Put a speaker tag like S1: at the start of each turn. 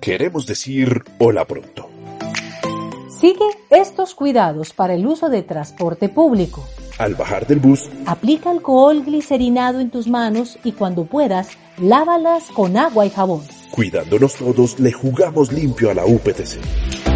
S1: queremos decir hola pronto.
S2: Sigue estos cuidados para el uso de transporte público.
S1: Al bajar del bus,
S2: aplica alcohol glicerinado en tus manos y cuando puedas, lávalas con agua y jabón.
S1: Cuidándonos todos, le jugamos limpio a la UPTC.